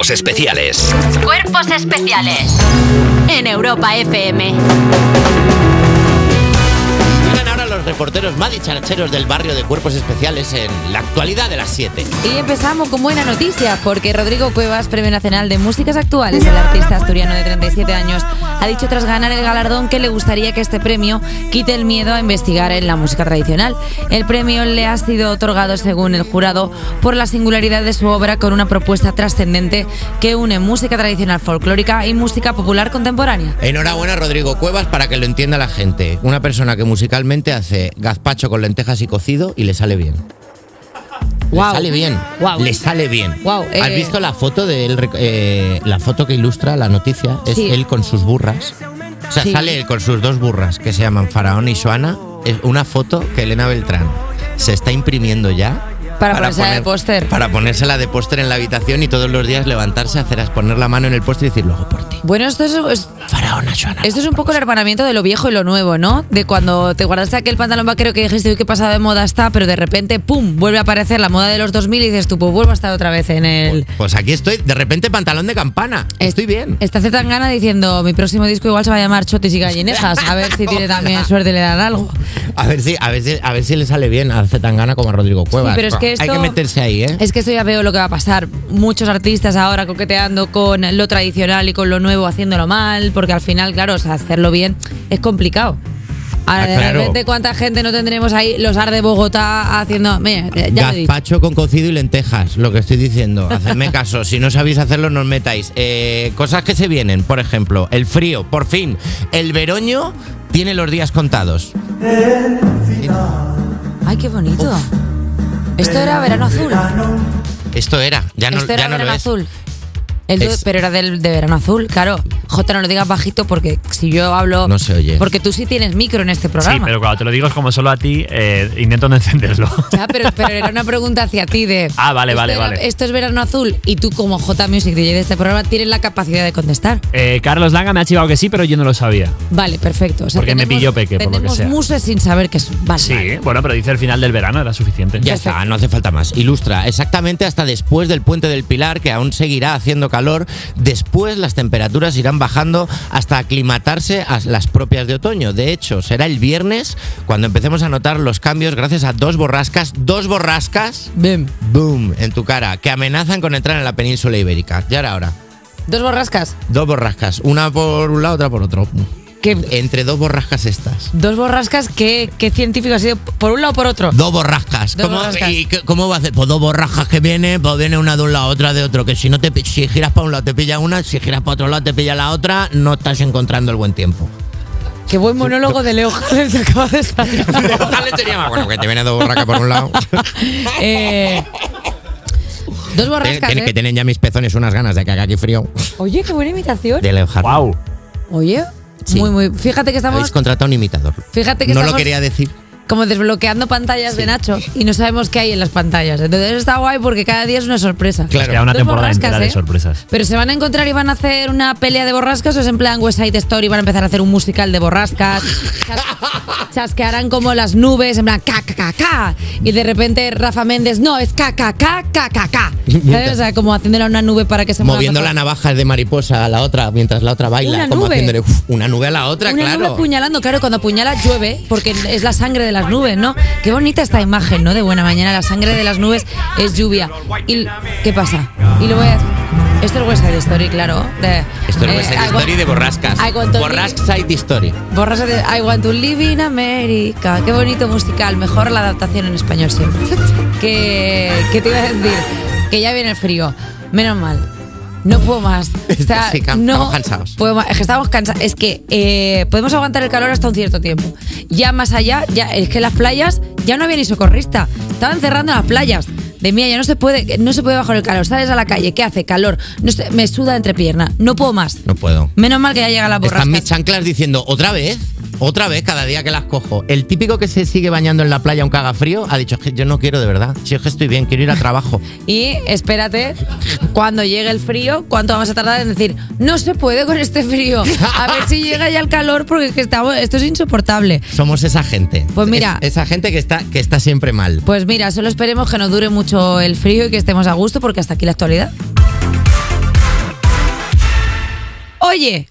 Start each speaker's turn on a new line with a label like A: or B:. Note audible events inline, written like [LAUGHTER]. A: Cuerpos especiales.
B: Cuerpos especiales en Europa FM.
C: Llegan ahora los reporteros más dicharacheros del barrio de Cuerpos Especiales en la actualidad de las 7.
D: Y empezamos con buena noticia, porque Rodrigo Cuevas, Premio Nacional de Músicas Actuales, el artista asturiano de 37 años, ha dicho tras ganar el galardón que le gustaría que este premio quite el miedo a investigar en la música tradicional. El premio le ha sido otorgado, según el jurado, por la singularidad de su obra con una propuesta trascendente que une música tradicional folclórica y música popular contemporánea.
C: Enhorabuena Rodrigo Cuevas para que lo entienda la gente. Una persona que musicalmente hace gazpacho con lentejas y cocido y le sale bien.
D: Guau.
C: Le sale bien.
D: Guau.
C: Le sale bien.
D: Guau,
C: ¿Has
D: eh.
C: visto la foto de él, rec- eh, la foto que ilustra la noticia? Es
D: Sí.
C: él con sus burras. O sea,
D: Sí.
C: sale él con sus dos burras que se llaman Faraón y Soana. Es una foto que Elena Beltrán se está imprimiendo ya.
D: Para ponérsela de póster.
C: Para ponérsela de póster en la habitación y todos los días levantarse, hacer, poner la mano en el póster y decir, luego por ti.
D: Bueno, esto es, es-
C: Faraona Joana.
D: esto es un poco el hermanamiento de lo viejo y lo nuevo, ¿no? De cuando te guardaste aquel pantalón vaquero que dijiste, uy, qué pasada de moda está, pero de repente, ¡pum!, vuelve a aparecer la moda de los 2000 y dices tú, pues vuelvo a estar otra vez en el...
C: Pues aquí estoy, de repente pantalón de campana. Pues, Estoy bien.
D: Está tan gana diciendo, mi próximo disco igual se va a llamar Chotis y Gallinejas, a ver si tiene
C: [LAUGHS]
D: también suerte y le dan algo.
C: A ver si, a ver si, a ver si le sale bien a Zetangana como a Rodrigo Cuevas.
D: Sí, pero es que
C: Pues Hay
D: esto-
C: que meterse ahí, ¿eh?
D: Es que esto ya veo lo que va a pasar. Muchos artistas ahora coqueteando con lo tradicional y con lo nuevo, haciéndolo mal, porque al final, claro, o sea, hacerlo bien es complicado. Ahora,
C: Ah,
D: de
C: claro.
D: repente, ¿cuánta gente no tendremos ahí? Los Ar de Bogotá haciendo. Mira, ya- ya lo he dicho.
C: Gazpacho con cocido y lentejas, lo que estoy diciendo.
D: [LAUGHS]
C: Hacedme caso, si no sabéis hacerlo, no os metáis. Eh, cosas que se vienen, por ejemplo, el frío, por fin. El veroño tiene los días contados.
D: Ay, qué bonito. Esto era verano azul.
C: Esto era, ya no,
D: Esto era
C: ya no
D: verano
C: lo es.
D: azul. El du-
C: Es-
D: Pero era del, de verano azul, claro. Jota, no lo digas bajito porque si yo hablo.
C: No se oye.
D: Porque tú sí tienes micro en este programa.
E: Sí, pero cuando te lo digo es como solo a ti, eh, intento no [LAUGHS] encenderlo.
D: Ya, pero, pero era una pregunta hacia ti de.
E: [LAUGHS] Ah, vale, vale,
D: esto era-
E: vale.
D: Esto es Este verano azul y tú, como J Music DJ de este programa, tienes la capacidad de contestar.
E: Eh, Carlos Langa me ha chivado que sí, pero yo no lo sabía.
D: Vale, perfecto. O sea,
E: Porque me pilló peque, por lo que
D: tenemos
E: sea.
D: muses sin saber qué son. Vale.
E: Sí,
D: vale.
E: bueno, pero dice el final del verano, era suficiente.
C: Ya está, no hace falta más. Ilustra, exactamente hasta después del puente del Pilar, que aún seguirá haciendo calor, después las temperaturas irán bajando hasta aclimatarse a las propias de otoño. De hecho, será el viernes cuando empecemos a notar los cambios gracias a dos borrascas, dos borrascas,
D: Bien.
C: boom, en tu cara, que amenazan con entrar en la península ibérica. Ya era hora.
D: Dos borrascas.
C: Dos borrascas, una por un lado, otra por otro.
D: ¿Qué-
C: Entre dos borrascas estas.
D: Dos borrascas, ¿qué, qué científico ha sido? ¿Por un lado o por otro?
C: Dos borrascas.
D: Dos
C: ¿Cómo,
D: borrascas.
C: ¿Y qué- cómo va a hacer? Pues dos borrascas que vienen, pues viene una de un lado, otra de otro. Que si no te pi- si giras para un lado te pilla una, si giras para otro lado te pilla la otra, no estás encontrando el buen [LAUGHS] tiempo.
D: Qué buen monólogo de Leo Harlem que [LAUGHS] acaba de
E: [LAUGHS]
D: salir.
C: bueno, que te viene dos [LAUGHS] borrascas por un lado.
D: Eh, dos borrascas.
C: Tiene-
D: ¿eh?
C: Que tienen ya mis pezones unas ganas de que haga aquí frío.
D: Oye, qué buena imitación.
C: De Leo Harlem.
E: ¡Wow!
D: Oye,
C: Sí.
D: muy, muy. Fíjate que
C: Habéis
D: estamos.
C: contratado un imitador.
D: Fíjate que
C: no lo
D: estamos-
C: quería decir.
D: como desbloqueando pantallas de Nacho y no sabemos qué hay en las pantallas. Entonces está guay porque cada día es una sorpresa.
C: Claro.
E: Queda una
D: Dos
E: temporada
D: borrascas,
E: entera
D: ¿eh?
E: de sorpresas.
D: Pero se van a encontrar y van a hacer una pelea de borrascas o es en plan West Side Story van a empezar a hacer un musical de borrascas. Chas- chasquearán como las nubes en plan ca ca ca ca y de repente Rafa Méndez no, es ca ca ca ca ca
E: [LAUGHS]
D: ca. ¿Sabes? O sea, como haciéndole a una nube para que se mueva
C: Moviendo la
D: mejor.
C: navaja de mariposa a la otra mientras la otra baila.
D: Una
C: como
D: nube.
C: haciéndole uf, una nube a la otra,
D: Una
C: claro.
D: nube apuñalando, claro, cuando apuñala llueve, porque es la sangre de las nubes, ¿no? Qué bonita esta imagen, ¿no? De buena mañana, la sangre de las nubes es lluvia. ¿Y qué pasa? Y lo voy a Esto es West Side Story, claro. de-
C: Esto es
D: eh,
C: West Side
D: I want-
C: Story de borrascas.
D: I want to live-
C: Borrascas Side Story.
D: Borrascas de I want to live in America. Qué bonito musical. Mejor la adaptación en
C: [LAUGHS]
D: español siempre. Que, que te iba a decir que ya viene el frío. Menos mal. No
C: [LAUGHS]
D: puedo más. O sea,
C: Sí, can-
D: no
C: estamos cansados.
D: puedo más. Es que estamos cansados. Es que eh, podemos aguantar el calor hasta un cierto tiempo. Ya más allá, ya es que las playas ya no había ni socorrista. Estaban cerrando las playas. De mía, ya no se puede, no se puede bajar el calor. Sales a la calle, ¿qué hace? Calor. No sé, me suda entre piernas. No puedo más.
C: No puedo.
D: Menos mal que ya llega la borrasca.
C: Están mis chanclas diciendo, otra vez, otra vez, cada día que las cojo. El típico que se sigue bañando en la playa aunque haga frío ha dicho, "Es que yo no quiero de verdad. Si es que estoy bien, quiero ir a trabajo.
D: Y espérate, cuando llegue el frío, ¿cuánto vamos a tardar en decir, no se puede con este frío? A ver si llega ya el calor, porque es que estamos, esto es insoportable.
C: Somos esa gente.
D: Pues mira.
C: Es- esa gente que está, que está siempre mal.
D: Pues mira, solo esperemos que no dure mucho el frío y que estemos a gusto, porque hasta aquí la actualidad. Oye,